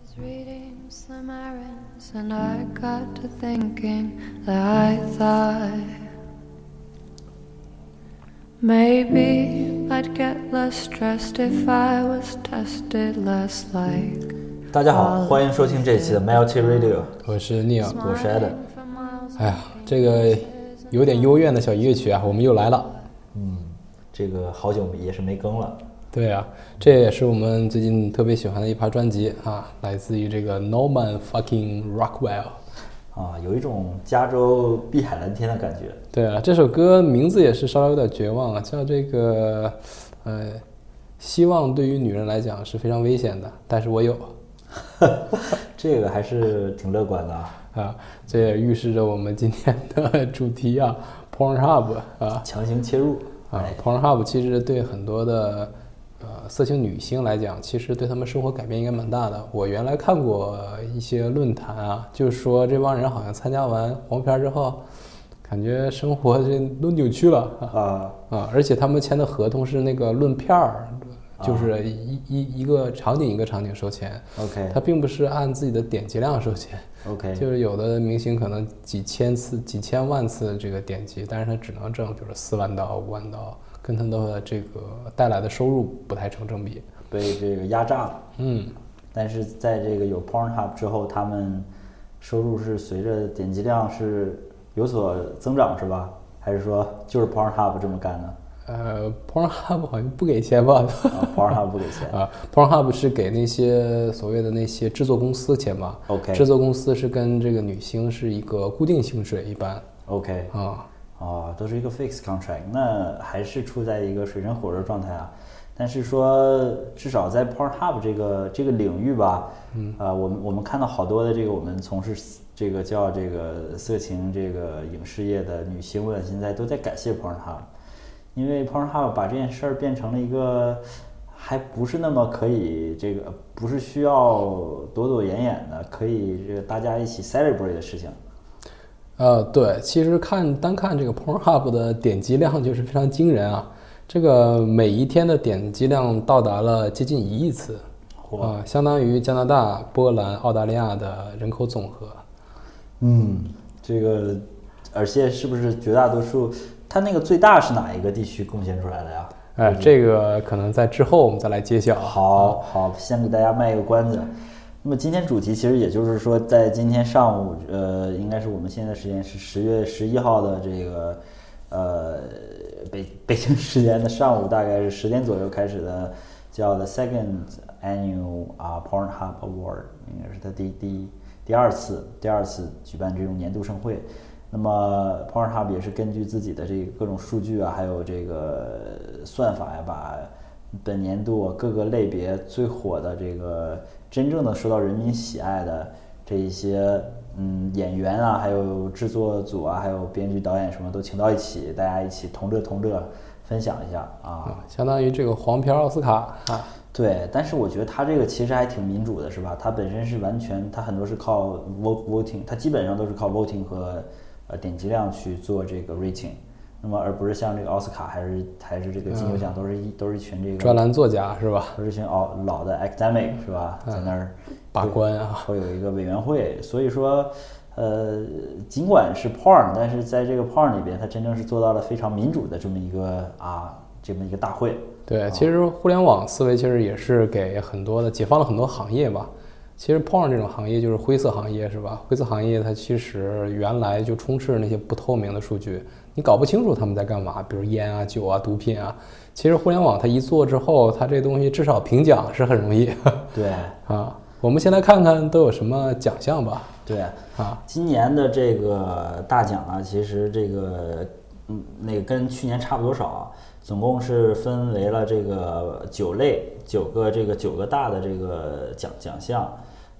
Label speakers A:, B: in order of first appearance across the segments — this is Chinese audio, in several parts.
A: was reading some errands and I got to thinking that I thought maybe I'd get less stressed if I was tested less like
B: 大家
C: 啊
B: 好，欢迎收听这一期的 Melty Radio，
C: 我是 n e i
B: 我是 Adam。
A: smiling for miles
C: 哎呀，这个有点幽怨的小夜曲啊，我们又来了。
B: 这个好久也是没更了，
C: 对啊，这也是我们最近特别喜欢的一盘专辑啊，来自于这个 Norman Fucking Rockwell。
B: 啊，有一种加州碧海蓝天的感觉。
C: 对啊，这首歌名字也是稍微有点绝望啊，叫这个呃，希望对于女人来讲是非常危险的，但是我有
B: 这个还是挺乐观的啊，
C: 啊，这也预示着我们今天的主题啊，Pornhub 啊。
B: 强行切入。哎
C: 啊，Pornhub 其实对很多的呃色情女星来讲，其实对她们生活改变应该蛮大的。我原来看过一些论坛啊，就是说这帮人好像参加完黄片之后，感觉生活这都扭曲了啊
B: 啊，
C: 啊！而且他们签的合同是那个论片儿，就是一一一个场景一个场景收钱，
B: OK
C: 它并不是按自己的点击量收钱。
B: OK，
C: 就是有的明星可能几千次、几千万次这个点击，但是他只能挣就是四万到五万刀，跟他的这个带来的收入不太成正比。
B: 被这个压榨了。
C: 嗯，
B: 但是在这个有 Pornhub 之后，他们收入是随着点击量是有所增长，是吧？还是说就是 Pornhub 这么干的？
C: 呃，Pornhub 好像不给钱吧？
B: 啊，Pornhub 不给钱。
C: 啊，Pornhub 是给那些所谓的那些制作公司钱吧
B: OK
C: 制作公司是跟这个女星是一个固定薪水一般
B: OK，
C: 啊。
B: 哦，都是一个 fixed contract，那还是处在一个水深火热状态啊。但是说，至少在 Pornhub 这个这个领域吧，嗯，啊、我们我们看到好多的这个我们从事这个叫这个色情这个影视业的女星们，现在都在感谢 Pornhub，因为 Pornhub 把这件事儿变成了一个还不是那么可以这个不是需要躲躲掩掩的，可以这个大家一起 celebrate 的事情。
C: 呃，对，其实看单看这个 Pornhub 的点击量就是非常惊人啊，这个每一天的点击量到达了接近一亿次，啊、相当于加拿大、波兰、澳大利亚的人口总和。
B: 嗯，这个，而且是不是绝大多数？它那个最大是哪一个地区贡献出来的呀？
C: 哎、这个可能在之后我们再来揭晓。啊
B: 好好，先给大家卖一个关子。那么今天主题其实也就是说，在今天上午，呃，应该是我们现在时间是十月十一号的这个，呃，北北京时间的上午大概是十点左右开始的，叫 The Second Annual 啊 Pornhub Award，应该是它第第第二次第二次举办这种年度盛会。那么 Pornhub 也是根据自己的这个各种数据啊，还有这个算法呀、把本年度各个类别最火的这个真正的受到人民喜爱的这一些嗯演员啊，还有制作组啊，还有编剧、导演什么都请到一起，大家一起同乐同乐，分享一下啊。
C: 啊，相当于这个黄片奥斯卡啊。
B: 对，但是我觉得他这个其实还挺民主的，是吧？他本身是完全，他很多是靠 vote voting，他基本上都是靠 voting 和呃点击量去做这个 rating，那么而不是像这个奥斯卡还是还是这个金球奖都是一、都是一群这个
C: 专栏作家是吧？
B: 都是一群老哦老的 academic 是吧，在那儿
C: 把关啊。
B: 会有一个委员会，所以说，呃，尽管是 porn，但是在这个 porn 里边，它真正是做到了非常民主的这么一个啊这么一个大会。
C: 对，其实互联网思维其实也是给很多的解放了很多行业吧。其实 porn 这种行业就是灰色行业，是吧？灰色行业它其实原来就充斥着那些不透明的数据，你搞不清楚他们在干嘛，比如烟啊、酒啊、毒品啊。其实互联网它一做之后，它这东西至少评奖是很容易
B: 对
C: 啊。我们先来看看都有什么奖项吧。
B: 对，
C: 啊，
B: 今年的这个大奖啊，其实这个嗯，那个跟去年差不多少啊，总共是分为了这个九类，九个这个九个大的这个奖奖项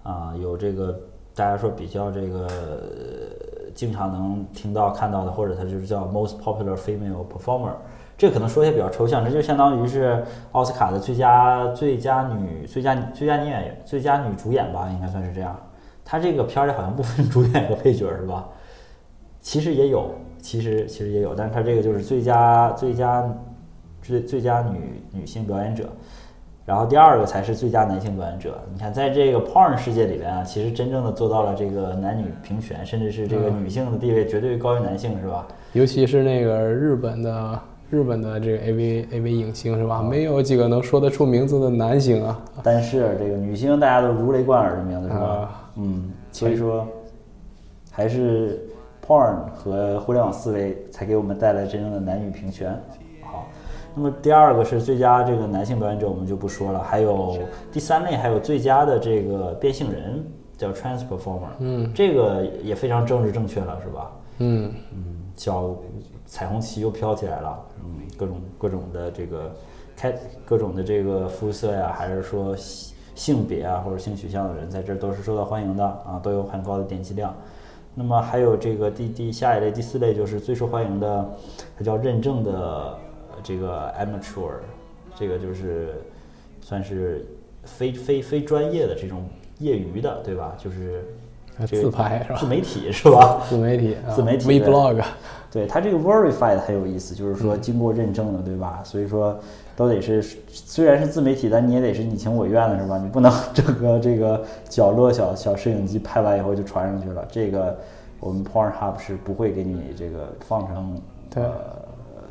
B: 啊，有这个大家说比较这个呃经常能听到看到的，或者它就是叫 most popular female performer。这可能说起来比较抽象，这就相当于是奥斯卡的最佳最佳女最佳最佳女演员、最佳女主演吧，应该算是这样。它这个片儿里好像不分主演和配角是吧？其实也有，其实其实也有，但是它这个就是最佳最佳最最佳女女性表演者，然后第二个才是最佳男性表演者。你看，在这个 porn 世界里边啊，其实真正的做到了这个男女平权，甚至是这个女性的地位绝对高于男性，是吧？
C: 尤其是那个日本的日本的这个 AV AV 影星是吧？没有几个能说得出名字的男星啊。
B: 但是这个女星大家都如雷贯耳的名字，是吧
C: 啊？
B: 嗯，所以说还是 porn 和互联网思维才给我们带来真正的男女平权。好，那么第二个是最佳这个男性表演者，我们就不说了。还有第三类，还有最佳的这个变性人，叫 trans performer。嗯，这个也非常政治正确了，是吧？
C: 嗯，
B: 嗯，小彩虹旗又飘起来了，嗯，各种各种的这个开各种的这个肤色呀，还是说性性别啊或者性取向的人，在这儿都是受到欢迎的啊，都有很高的点击量。那么还有这个第第下一类第四类就是最受欢迎的，它叫认证的呃这个 amateur，这个就是算是非非非专业的这种业余的，对吧？就是
C: 还
B: 这个
C: 自拍是吧
B: 自媒体是吧？
C: 自媒体啊，
B: 自媒体
C: vlog
B: 对它这个 verified 很有意思，就是说经过认证的，对吧？所以说都得是，虽然是自媒体，但你也得是你情我愿的，是吧？你不能整个这个角落小小摄影机拍完以后就传上去了，这个我们 Pornhub 是不会给你这个放成
C: 对
B: 呃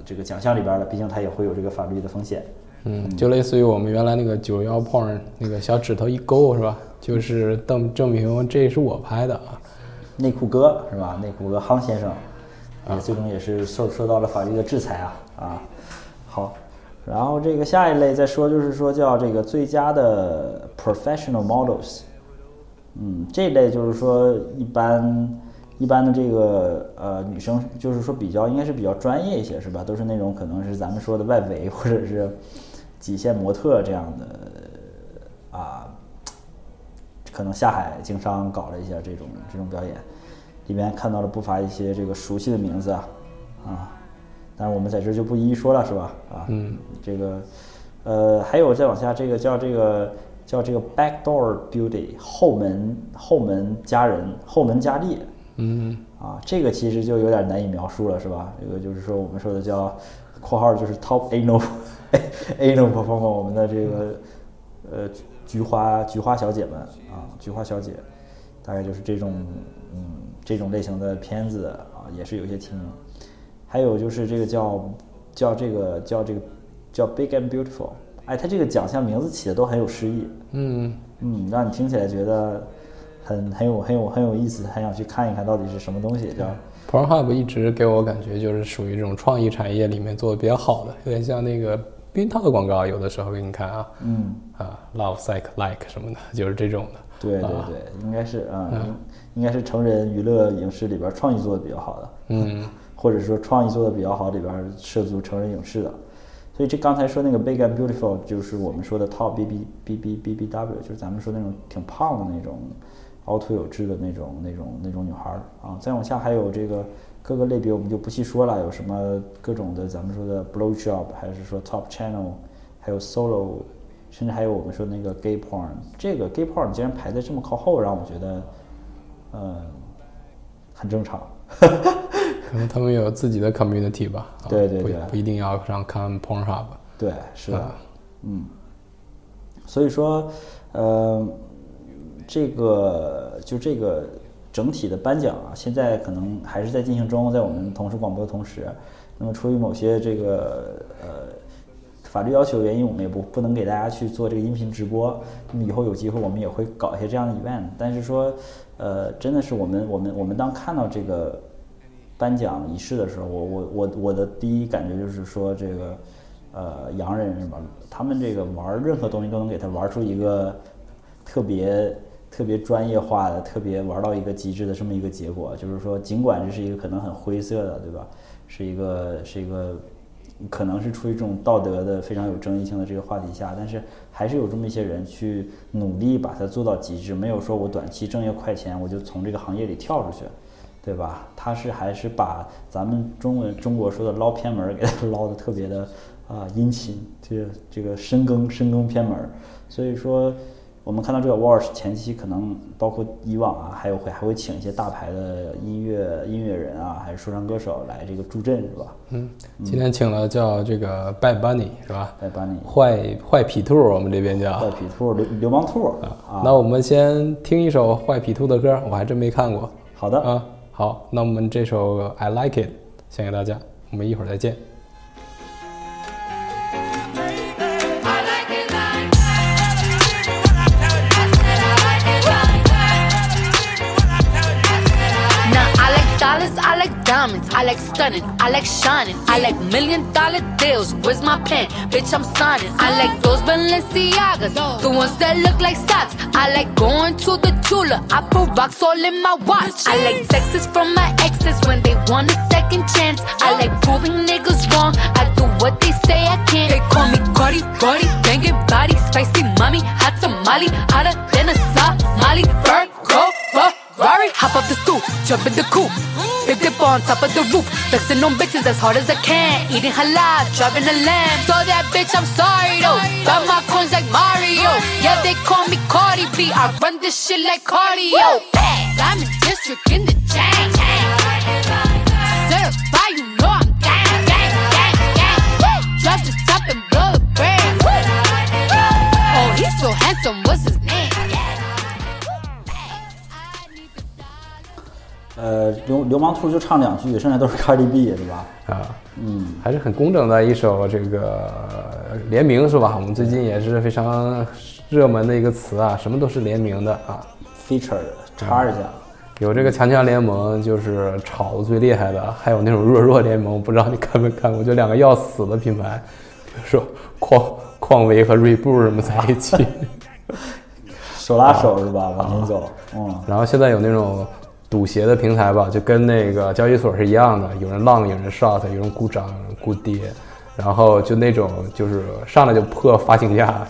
B: 这个奖项里边的，毕竟它也会有这个法律的风险。
C: 嗯，就类似于我们原来那个九幺 porn 那个小指头一勾是吧？就是证证明这是我拍的啊。
B: 内裤哥是吧？内裤哥夯先生，也最终也是受受到了法律的制裁啊啊！好，然后这个下一类再说，就是说叫这个最佳的 professional models，嗯，这类就是说一般一般的这个呃女生，就是说比较应该是比较专业一些是吧？都是那种可能是咱们说的外围或者是极限模特这样的啊可能下海经商搞了一下这种这种表演，里面看到了不乏一些这个熟悉的名字啊，啊，但是我们在这儿就不一一说了，是吧？啊，嗯，这个，呃，还有再往下这个叫这个叫这个 backdoor beauty 后门后门佳人后门佳丽，
C: 嗯，
B: 啊，这个其实就有点难以描述了，是吧？这个就是说我们说的叫（括号就是 top anal anal performer），我们的这个呃菊菊花菊花小姐们啊，菊花小姐，大概就是这种嗯这种类型的片子啊，也是有一些提名。还有就是这个叫叫这个叫这个叫 big and beautiful，哎，它这个奖项名字起的都很有诗意，
C: 嗯，
B: 嗯，让你听起来觉得很很有很有很有意思，很想去看一看到底是什么东西，叫
C: Pornhub 一直给我感觉就是属于这种创意产业里面做的比较好的，有点像那个避孕套的广告，有的时候给你看啊，
B: 嗯，
C: 啊，love psych like 什么的，就是这种的。
B: 对对对，应该是啊、应应该是成人娱乐影视里边创意做的比较好的，
C: 嗯，
B: 或者说创意做的比较好里边涉足成人影视的。所以这刚才说那个 Big and Beautiful 就是我们说的 Top B B B B B B W，就是咱们说那种挺胖的那种、凹凸有致的那种、那种、那种女孩儿啊。再往下还有这个各个类别，我们就不细说了，有什么各种的咱们说的 Blow Job，还是说 Top Channel，还有 Solo，甚至还有我们说那个 Gay Porn。这个 Gay Porn 竟然排在这么靠后，让我觉得，嗯，很正常。
C: 可能他们有自己的 community 吧，啊、
B: 对对
C: 不
B: 对
C: 不一定要上看 Pornhub。
B: 对，是的，
C: 啊
B: 嗯，所以说，呃，这个就这个整体的颁奖啊，现在可能还是在进行中，在我们同时广播的同时，那么出于某些这个呃法律要求原因，我们也不不能给大家去做这个音频直播。那么以后有机会，我们也会搞一些这样的 event。但是说，呃，真的是我们我们我们当看到这个颁奖仪式的时候，我我我我的第一感觉就是说，这个呃洋人是吧？他们这个玩儿任何东西都能给他玩出一个特别特别专业化的、特别玩到一个极致的这么一个结果。就是说，尽管这是一个可能很灰色的，对吧？是一个是一个可能是出于这种道德的非常有争议性的这个话题下，但是还是有这么一些人去努力把它做到极致，没有说我短期挣一个快钱我就从这个行业里跳出去，对吧？他是还是把咱们中文中国说的捞偏门儿给它捞的呃特别的啊、殷勤，这个这个深耕深耕偏门儿，所以说我们看到这个 Walsh 前期可能包括以往啊，还有会还会请一些大牌的音乐音乐人啊，还是说唱歌手来这个助阵是吧？
C: 嗯，今天请了叫这个 Bad Bunny 是吧？
B: 来把你
C: 坏坏痞兔，我们这边叫。
B: 坏痞兔流流氓兔啊，
C: 那我们先听一首坏痞兔的歌，我还真没看过。
B: 好的，
C: 啊，好，那我们这首《I Like It》献给大家，我们一会儿再见。
D: Now I like dollars, I like diamonds, I like stunning, I like shining, I like million dollar deals. Where's my pen? Bitch, I'm signing. I like those Balenciagas, the ones that look like socks. I like going to the Tula, I put rocks all in my watch. I like sexes from my exes when they want a second chance. I like proving niggas wrong. I do what they say I can. They call me Cardi, Cardi, banging body, spicy mommy, hot tamale, hotter than a Somali. Bird, go, go. Rory, hop up the stoop, jump in the coop. Big dip on top of the roof, flexing on bitches as hard as I can. Eating halal, driving a lamb. So that bitch, I'm sorry though. Got my coins like Mario. Yeah, they call me Cardi B. I run this shit like cardio. I'm in district in the chain. Set up by you know I'm gang, gang, gang, gang. Drop the top and blow the brand. Oh, he's so handsome. What's his name? I need the dollar.
B: 呃，流流氓兔就唱两句，剩下都是 Cardi B 对吧？
C: 啊，嗯，还是很工整的一首这个呃联名是吧？我们最近也是非常热门的一个词啊，什么都是联名的啊。
B: feature 插一下。
C: 有这个强强联盟，就是炒的最厉害的，还有那种弱弱联盟，不知道你看没看过？就两个要死的品牌，比如说匡匡威和锐步什么在一起。
B: 手拉手是吧？往前走，嗯，
C: 然后现在有那种赌鞋的平台吧，就跟那个交易所是一样的，有人浪，有人 short，有人鼓掌，有人鼓跌，然后就那种就是上来就破发行价，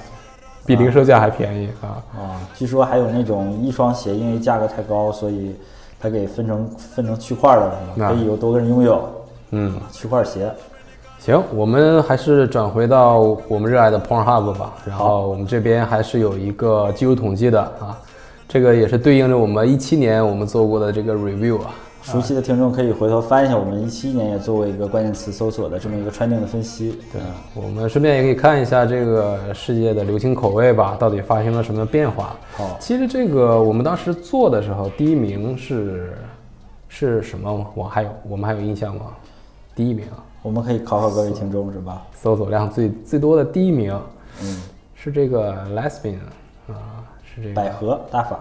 C: 比零售价还便宜啊！
B: 啊，据说还有那种一双鞋因为价格太高，所以它给分成分成区块了，是吧？
C: 啊
B: 可以有多个人拥有啊
C: 嗯，
B: 区块鞋。
C: 行，我们还是转回到我们热爱的 Pornhub 吧。然后我们这边还是有一个技术统计的啊，这个也是对应着我们一七年我们做过的这个 review 啊。
B: 熟悉的听众可以回头翻一下，我们一七年也做过一个关键词搜索的这么一个穿定的分析。啊对，
C: 我们顺便也可以看一下这个世界的流行口味吧，到底发生了什么变化。
B: 好
C: 其实这个我们当时做的时候，第一名是是什么吗？我还有我们还有印象吗？第一名啊
B: 我们可以考考各位听众是吧？
C: 搜索量最最多的第一名，是这个 lesbian 啊，是这个
B: 百合大法，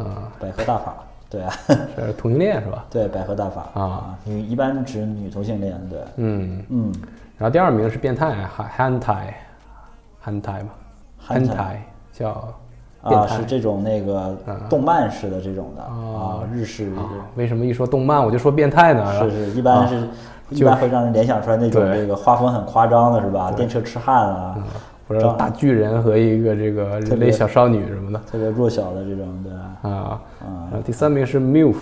C: 啊，
B: 百合大法，对啊，
C: 是呃同性恋是吧？
B: 对，百合大法
C: 啊，
B: 女一般指女同性恋，对，
C: 嗯，
B: 嗯，
C: 然后第二名是变态，汉汉台，汉台嘛，
B: 汉
C: 汉
B: 台
C: 台叫变
B: 啊，
C: 态嗯
B: 是这种那个动漫式的这种的啊
C: 哦，
B: 日式
C: 啊，为什么一说动漫我就说变态呢？
B: 是是，一般是、一
C: 啊就
B: 般会让人联想出来那种
C: 对
B: 这个画风很夸张的是吧？电车痴汉啊，
C: 不是大巨人和一个这个人类小少女什么的
B: 特别弱小的这种对吧
C: 啊。然后第三名是 MILF，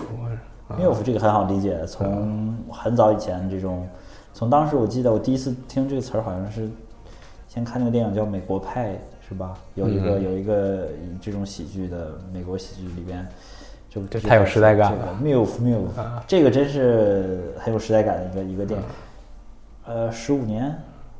C: 啊
B: MILF 这个很好理解，从很早以前这种，从当时我记得我第一次听这个词儿好像是先看那个电影叫《美国派》是吧？有一
C: 嗯
B: 个、有一个这种喜剧的美国喜剧里边。就
C: 这太有时代感了。啊
B: 这个 MILF MILF，、这个真是很有时代感的一个一个电影。呃，十五年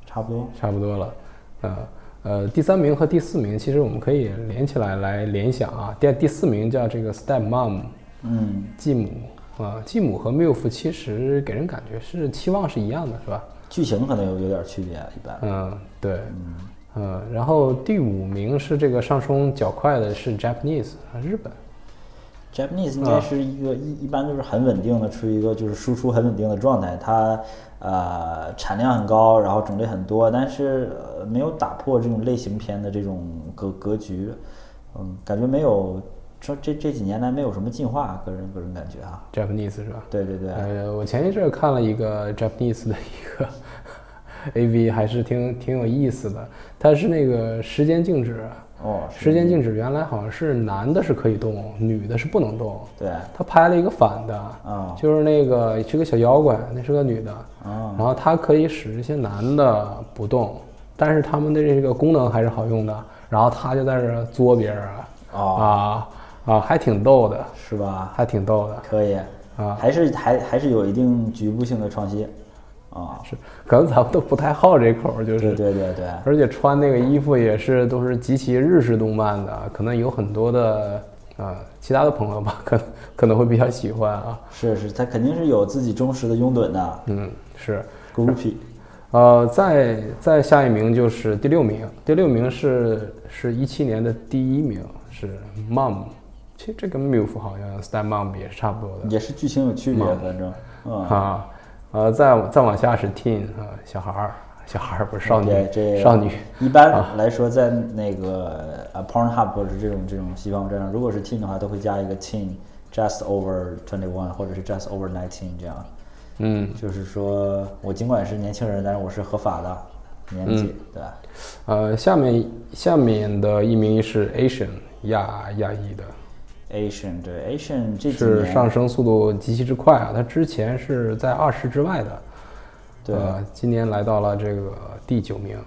B: 差不多。
C: 差不多了。呃呃，第三名和第四名其实我们可以连起来来联想啊。第第四名叫这个 Step Mom，
B: 嗯，
C: 继母啊，继母和 MILF 其实给人感觉是期望是一样的，是吧？
B: 剧情可能有有点区别，一般。
C: 嗯，对。嗯，然后第五名是这个上升较快的是 Japanese 啊日本，
B: Japanese
C: 啊
B: 应该是一个一一般就是很稳定的，处于一个就是输出很稳定的状态，它呃产量很高，然后种类很多，但是、呃、没有打破这种类型片的这种格格局，嗯，感觉没有这这这几年来没有什么进化，个人个人感觉啊，
C: Japanese 是吧？
B: 对对对，
C: 呃，我前一阵儿看了一个 Japanese 的一个 AV，还是挺挺有意思的。它是那个时间静止，
B: 哦，是
C: 时间静止原来好像是男的是可以动，女的是不能动。
B: 对，
C: 他拍了一个反的，
B: 哦
C: 就是那个是个小妖怪，那是个女的，
B: 哦
C: 然后她可以使这些男的不动，但是他们的这个功能还是好用的，然后他就在这儿作别人啊、
B: 哦
C: 啊啊，还挺逗的，
B: 是吧？
C: 还挺逗的。
B: 可以
C: 啊
B: 还是还还是有一定局部性的创新啊。
C: 是，可能咱们都不太好这口儿，就是
B: 对对对对，
C: 而且穿那个衣服也是都是极其日式动漫的，可能有很多的啊、其他的朋友吧，可能可能会比较喜欢啊。
B: 是是，他肯定是有自己忠实的拥趸的
C: 嗯，是，
B: groupie。
C: 呃，再再下一名就是第六名，第六名是是一七年的第一名是 Mom，其实这跟 MILF 好像 Stan Mom 也是差不多的
B: 也是剧情有区别，反正，嗯，
C: 啊。呃，再再往下是 Teen 啊、小孩儿，小孩儿不是少女
B: 对，这
C: 少女。啊
B: 一般来说，在那个呃 Pornhub 或者是这种这种西方网站上，如果是 teen 的话，都会加一个 teen just over twenty one 或者是 just over nineteen 这样，
C: 嗯，
B: 就是说我尽管是年轻人，但是我是合法的年
C: 嗯
B: 纪，对吧？
C: 呃，下面下面的一名是 Asian 亚亚裔的，
B: Asian 对 Asian 这几
C: 是
B: 年
C: 上升速度极其之快啊！他之前是在二十之外的，
B: 对
C: 呃，今年来到了这个第九名。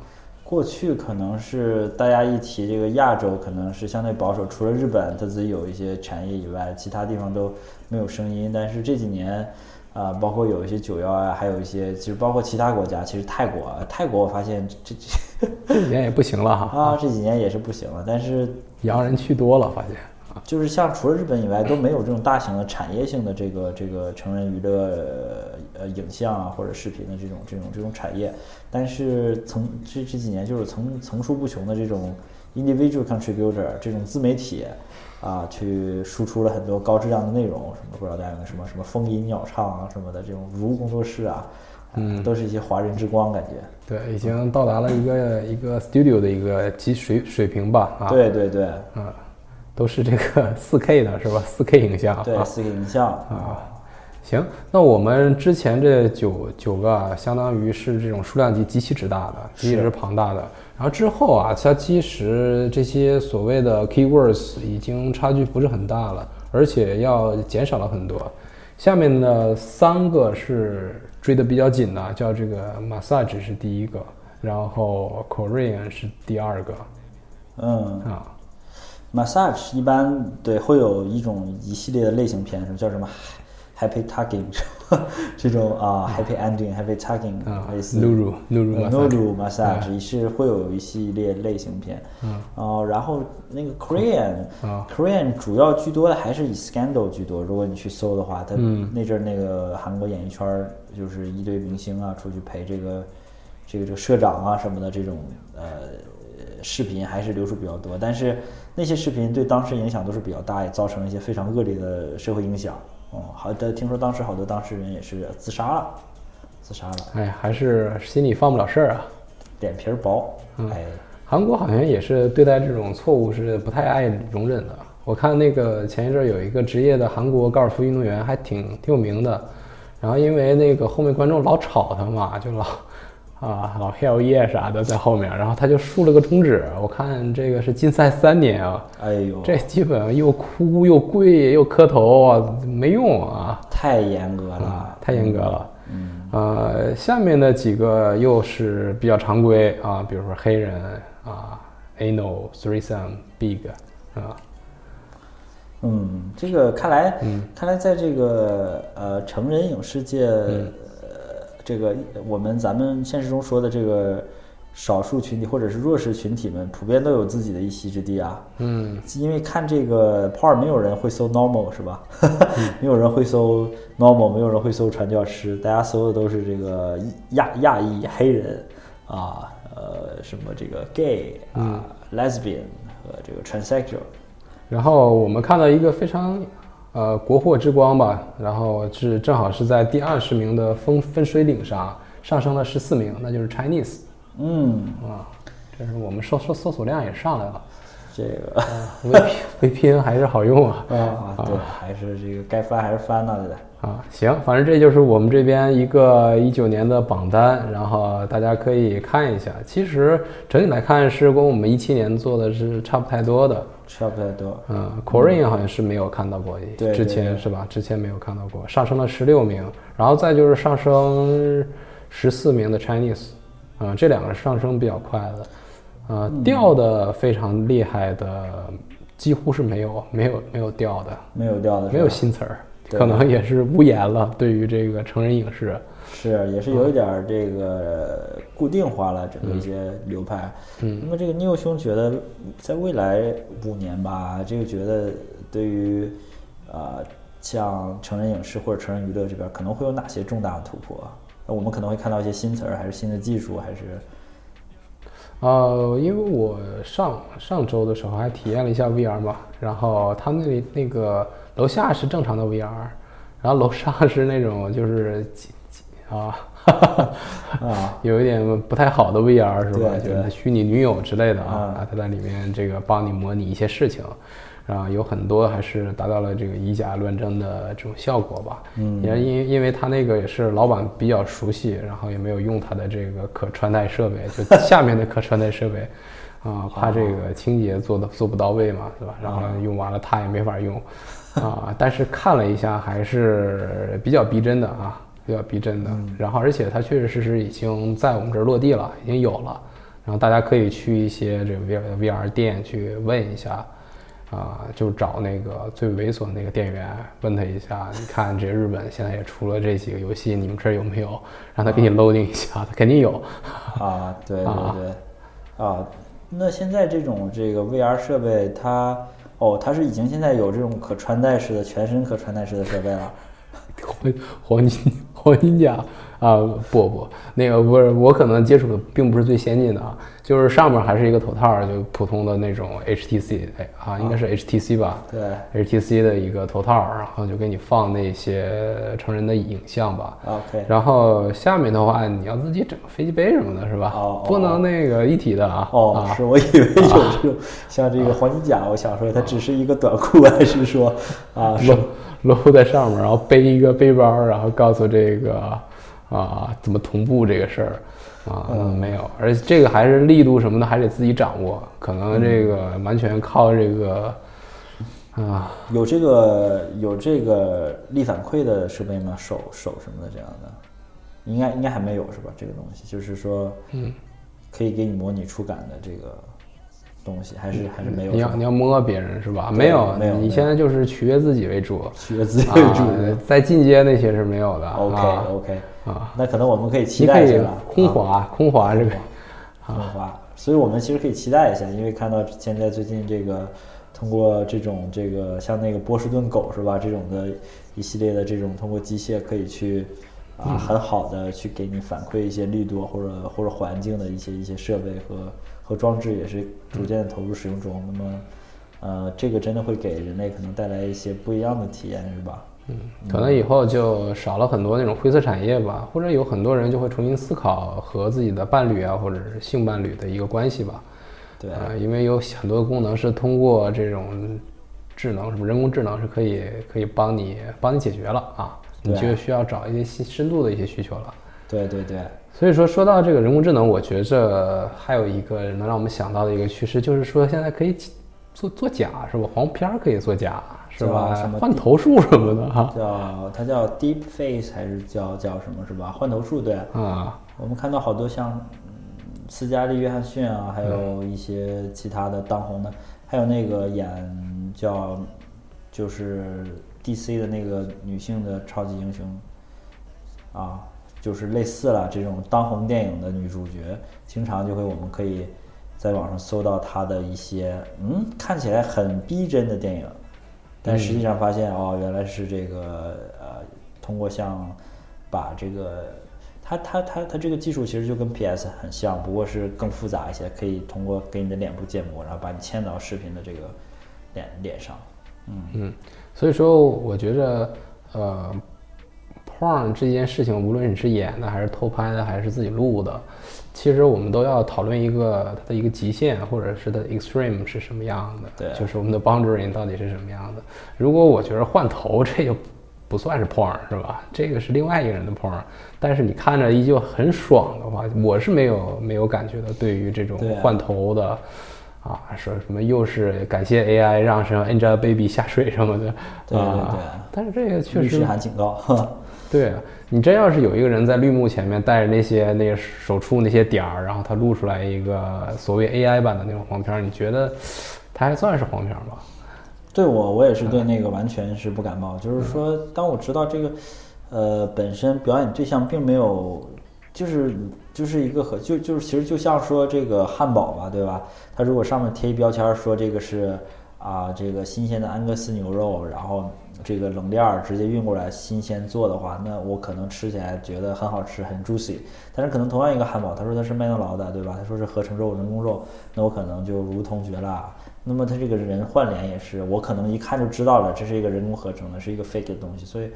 B: 过去可能是大家一提这个亚洲，可能是相对保守，除了日本它自己有一些产业以外，其他地方都没有声音。但是这几年，啊、包括有一些九幺啊，还有一些，其实包括其他国家，其实泰国，啊，泰国我发现这 这
C: 这几年也不行了哈，
B: 啊这几年也是不行了。但是
C: 洋人去多了，发现
B: 就是像除了日本以外，都没有这种大型的产业性的这个这个成人娱乐呃呃影像啊或者视频的这种这种这种产业，但是层这这几年就是层层出不穷的这种 individual contributor 这种自媒体啊，去输出了很多高质量的内容，什么不知道大家有没有什么什么风吟鸟唱啊什么的这种如工作室啊，嗯，都是一些华人之光感觉，
C: 对，已经到达了一个一个 studio 的一个级水水平吧啊，
B: 对对对
C: 啊，都是这个四 K 的是吧？四 K 影像啊，
B: 对，四个影像，
C: 啊，行，那我们之前这九九个啊，相当于是这种数量级极其之大的，极其之庞大的。然后之后啊，它其实这些所谓的 keywords 已经差距不是很大了，而且要减少了很多。下面的三个是追得比较紧的，叫这个 massage 是第一个，然后 Korean 是第二个
B: 嗯。
C: 啊。
B: massage 一般对会有一种一系列的类型片，什么叫什么 happy tugging 这种啊、happy ending happy tugging
C: 啊
B: 类似呃
C: Nuru- Nuru
B: n u
C: massage
B: r massage 是会有一系列类型片，嗯，然后那个 Korean、
C: 啊
B: Korean 主要居多的还是以 scandal 居多，如果你去搜的话，它那阵儿那个韩国演艺圈儿就是一堆明星啊出去陪这个这个这个社长啊什么的这种呃视频还是流出比较多，但是那些视频对当时影响都是比较大，也造成了一些非常恶劣的社会影响。嗯，好的，听说当时好多当事人也是自杀了，自杀了，
C: 哎，还是心里放不了事儿啊。
B: 脸皮儿薄，哎，
C: 韩国好像也是对待这种错误是不太爱容忍的。我看那个前一阵儿有一个职业的韩国高尔夫运动员，还挺挺有名的。然后因为那个后面观众老吵他嘛，就老 啊老 hell yeah 啥的在后面，然后他就竖了个中指。我看这个是禁赛三年啊，
B: 哎呦，
C: 这基本上又哭又跪又磕头啊，没用啊。
B: 太严格了。
C: 啊，太严格了。呃，下面的几个又是比较常规啊，比如说黑人啊，anal threesome big 啊，
B: 嗯，这个看来，看来在这个呃成人影视界，呃，这个我们咱们现实中说的这个少数群体或者是弱势群体们，普遍都有自己的一席之地啊。嗯，因为看这个 p a r 没有人会搜 normal 是吧？ 没有人会搜 normal，没有人会搜传教士，大家搜的都是这个亚亚裔黑人啊，呃，什么这个 gay 啊、lesbian 和这个 transsexual。
C: 然后我们看到一个非常呃国货之光吧，然后是正好是在第二十名的分分水岭上上升了十四名，那就是 Chinese
B: 嗯，
C: 啊，这是我们搜搜搜索量也上来了。啊
B: 这个。
C: VP VPN 还是好用啊，
B: 啊， 对，还是这个该翻还是翻了的。
C: 啊，行，反正这就是我们这边一个一九年的榜单，然后大家可以看一下。其实整体来看是跟我们一七年做的是差不太多的。
B: 差不太多。
C: 嗯，Korean 好像是没有看到过，
B: 对
C: 之前是吧？之前没有看到过，上升了十六名，然后再就是上嗯升十四名的 Chinese，啊、这两个上升比较快的。呃，
B: 嗯
C: 掉的非常厉害的几乎是没有，没有没有掉的，
B: 没有掉的是吧，
C: 没有新词儿，
B: 对
C: 可能也是无言了。对于这个成人影视，
B: 是，也是有一点儿这个固定化了整个一些流派。嗯，那么这个 Neo 兄觉得，在未来五年吧，这个觉得对于啊、呃像成人影视或者成人娱乐这边，可能会有哪些重大的突破？那我们可能会看到一些新词儿，还是新的技术，还是
C: 呃，因为我上上周的时候还体验了一下 VR 嘛，然后他们那里那个楼下是正常的 VR，然后楼上是那种就是几几啊，
B: 啊，
C: 有一点不太好的 VR 是吧？
B: 对
C: 就
B: 对
C: 是虚拟女友之类的
B: 啊
C: 啊，它在里面这个帮你模拟一些事情，啊，有很多还是达到了这个以假乱真的这种效果吧。嗯，也因因为他那个也是老板比较熟悉，然后也没有用他的这个可穿戴设备，就下面的可穿戴设备。 啊，怕这个清洁做的做不到位嘛，对吧？然后用完了他也没法用，啊，但是看了一下还是比较逼真的啊，比较逼真的。然后而且它确确实实已经在我们这儿落地了，已经有了。然后大家可以去一些这个 VR VR 店去问一下，啊，就找那个最猥琐的那个店员问他一下，你看这日本现在也出了这几个游戏，你们这儿有没有？让他给你 loading 一下，他肯定有。
B: 啊，对对对，啊，那现在这种这个 VR 设备，它哦，它是已经现在有这种可穿戴式的、全身可穿戴式的设备了。
C: 黄黄金黄金甲啊，不不，那个不是我可能接触的并不是最先进的啊，就是上面还是一个头套儿，就普通的那种 HTC，哎啊，应该是 HTC 吧？
B: 对
C: HTC 的一个头套儿，然后就给你放那些成人的影像吧。
B: 啊 OK，
C: 然后下面的话，你要自己整个飞机杯什么的，是吧？
B: 哦哦
C: 不能那个一体的啊。
B: 哦
C: 啊，
B: 是我以为有这种像这个黄金甲，我想说它
C: 啊
B: 只是一个短裤，还是说啊是
C: 露 露在上面，然后背一个背包，然后告诉这个啊怎么同步这个事儿啊、嗯，没有，而且这个还是力度什么的还得自己掌握，可
B: 嗯
C: 能这个完全靠这个啊
B: 有这个有这个力反馈的设备吗？手手什么的这样的，应该应该还没有是吧？这个东西就是说，嗯，可以给你模拟触感的这个东西，还是还是没有
C: 你
B: 是
C: 要
B: 吧。
C: 你要摸别人是吧？没有，
B: 没有没
C: 你
B: 有
C: 现在就是取悦自己为主，
B: 学自己
C: 啊
B: 为主。
C: 在进阶那些是没有的。
B: OK
C: 啊
B: OK，
C: 啊
B: 那可能我们可以期
C: 你
B: 待一
C: 可
B: 下啊
C: 以
B: 了。
C: 空啊滑，空滑这个。
B: 中华，所以我们其实可以期待一下，因为看到现在最近这个通过这种这个像那个波士顿狗是吧，这种的一系列的这种通过机械可以去啊、
C: 嗯
B: 很好的去给你反馈一些力度或者或者环境的一些一些设备和和装置也是逐渐地投入使用中，那
C: 嗯
B: 么呃这个真的会给人类可能带来一些不一样的体验是吧？
C: 可能以后就少了很多那种灰色产业吧，或者有很多人就会重新思考和自己的伴侣啊，或者是性伴侣的一个关系吧。
B: 对，
C: 啊、因为有很多功能是通过这种智能，什么人工智能是可以可以帮你帮你解决了啊，你
B: 对
C: 就需要找一些细深度的一些需求了。
B: 对对对，
C: 所以说，说到这个人工智能，我觉着还有一个能让我们想到的一个趋势，就是说现在可以起做做假，是吧？黄片儿可以做假，是
B: 叫
C: 吧
B: 啊什么？
C: 换头术什么的哈
B: 叫它叫 deep face 还是叫叫什么是吧？换头术对。
C: 啊。
B: 我们看到好多像嗯斯嘉丽·约翰逊啊，还有一些其他的当红的，还有那个演叫就是 DC 的那个女性的超级英雄啊，就是类似了这种当红电影的女主角，经常就会我们可以在网上搜到她的一些嗯看起来很逼真的电影，但
C: 嗯
B: 实际上发现、哦原来是这个呃通过像把这个它它它它这个技术其实就跟 PS 很像，不过是更复杂一些，可以通过给你的脸部建模，然后把你嵌到视频的这个脸脸上。
C: 嗯，所以说我觉着，呃，porn 这件事情，无论你是演的还是偷拍的，还是自己录的，其实我们都要讨论一个它的一个极限，或者是它的 extreme 是什么样的，
B: 对
C: 就是我们的 boundary 到底是什么样的。如果我觉得换头 这就不算是 porn 是吧？这个是另外一个人的 porn，但是你看着依旧很爽的话，我是没有没有感觉的。对于这种
B: 对啊
C: 换头的。啊，说什么又是感谢 AI 让什么 Angelababy 下水什么的，
B: 对对
C: 啊
B: 对
C: 但是这个确
B: 律师
C: 实
B: 函警告，呵
C: 对啊你真要是有一个人在绿幕前面带着那些那些手触那些点儿，然后他录出来一个所谓 AI 版的那种黄片儿，你觉得他还算是黄片儿吗？
B: 对我，我也是对那个完全是不感冒。就是说，当我知道这个，呃，本身表演对象并没有，就是就是一个和就就是其实就像说这个汉堡吧，对吧？它如果上面贴一标签儿说这个是啊、这个新鲜的安格斯牛肉，然后这个冷链儿直接运过来新鲜做的话，那我可能吃起来觉得很好吃，很 juicy。但是可能同样一个汉堡，他说它是麦当劳的，对吧？他说是合成肉、人工肉，那我可能就如同绝辣。那么他这个人换脸也是，我可能一看就知道了，这是一个人工合成的，是一个 fake 的东西，所以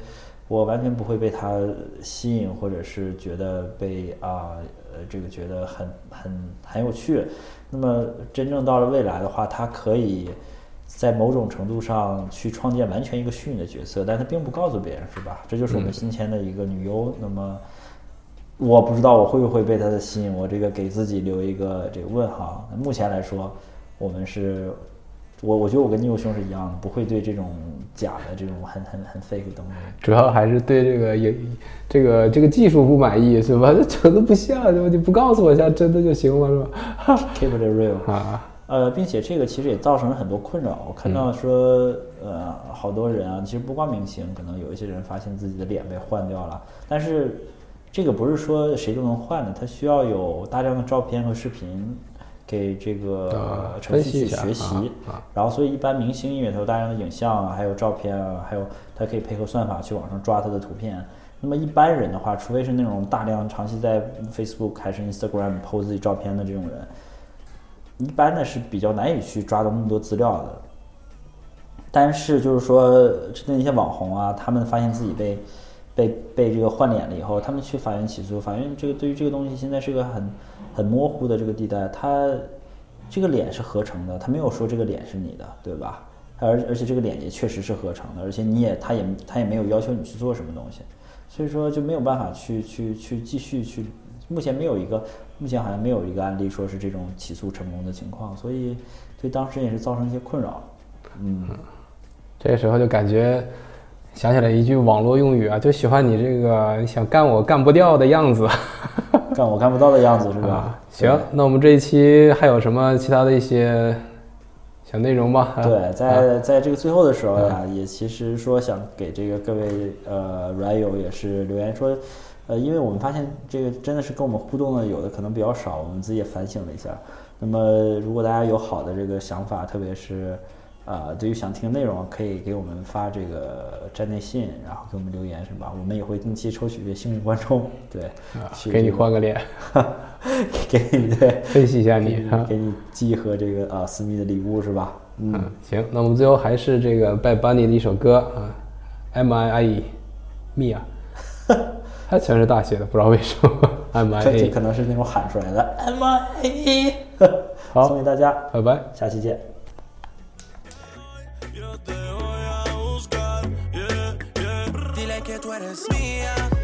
B: 我完全不会被他吸引，或者是觉得被啊呃这个觉得很很很有趣。那么真正到了未来的话，它可以在某种程度上去创建完全一个虚拟的角色，但他并不告诉别人，是吧？这就是我们新签的一个女优。那么。我不知道我会不会被他的吸引，我这个给自己留一个这个问号。目前来说，我们是，我我觉得我跟牛兄是一样的，不会对这种假的这种很很很 fake 的东西。
C: 主要还是对这个也这个这个技术不满意是吧？这 整的不像是吧？你不告诉我一下真的就行了是吧？
B: Keep it real。
C: 啊，
B: 呃，并且这个其实也造成了很多困扰。我看
C: 嗯
B: 到说，呃，好多人啊，其实不光明星，可能有一些人发现自己的脸被换掉了，但是这个不是说谁都能换的，它需要有大量的照片和视频给这个
C: 啊
B: 呃程
C: 分析
B: 序
C: 一
B: 去
C: 下
B: 学习。
C: 啊啊
B: 然后，所以一般明星因为它有大量的影像啊，还有照片啊，还有它可以配合算法去网上抓它的图片。那么一般人的话，除非是那种大量长期在 Facebook 还是 Instagram PO 自己照片的这种人，一般呢是比较难以去抓到那么多资料的。但是就是说，针对一些网红啊，他们发现自己被被被这个换脸了以后，他们去法院起诉，法院这个对于这个东西现在是个很很模糊的这个地带，它这个脸是合成的，他没有说这个脸是你的，对吧？而而且这个脸也确实是合成的，而且你也他也他也没有要求你去做什么东西，所以说就没有办法去去去继续去，目前没有一个目前好像没有一个案例说是这种起诉成功的情况，所以对当事人也是造成一些困扰。嗯，
C: 这时候就感觉想起来一句网络用语啊，就喜欢你这个你想干我干不掉的样子。
B: 干我干不到的样子是吧
C: 啊，？行，那我们这一期还有什么其他的一些小内容吗？啊嗯
B: 对，在在这个最后的时候呀，也其实说想给这个各位呃软友也是留言说，呃，因为我们发现这个真的是跟我们互动的有的可能比较少，我们自己也反省了一下。那么如果大家有好的这个想法，特别是呃对于想听的内容，可以给我们发这个站内信，然后给我们留言是吧？我们也会定期抽取一些幸运观众，对，去
C: 啊给你
B: 这个，
C: 换个脸，
B: 给你对，
C: 分析一下你啊。
B: 给你寄一盒这个啊私密的礼物是吧？嗯。
C: 嗯，行，那我们最后还是这个 Bad Bunny 的一首歌啊，M I I E Mia，它全是大写的，不知道为什么 M I E，
B: 这这
C: A，
B: 可能是那种喊出来的 M I A，
C: 好
B: 送给大家，
C: 拜拜。
B: 下期见。
E: Yo te voy a buscar, yeah, yeah. Dile que tú eres mía,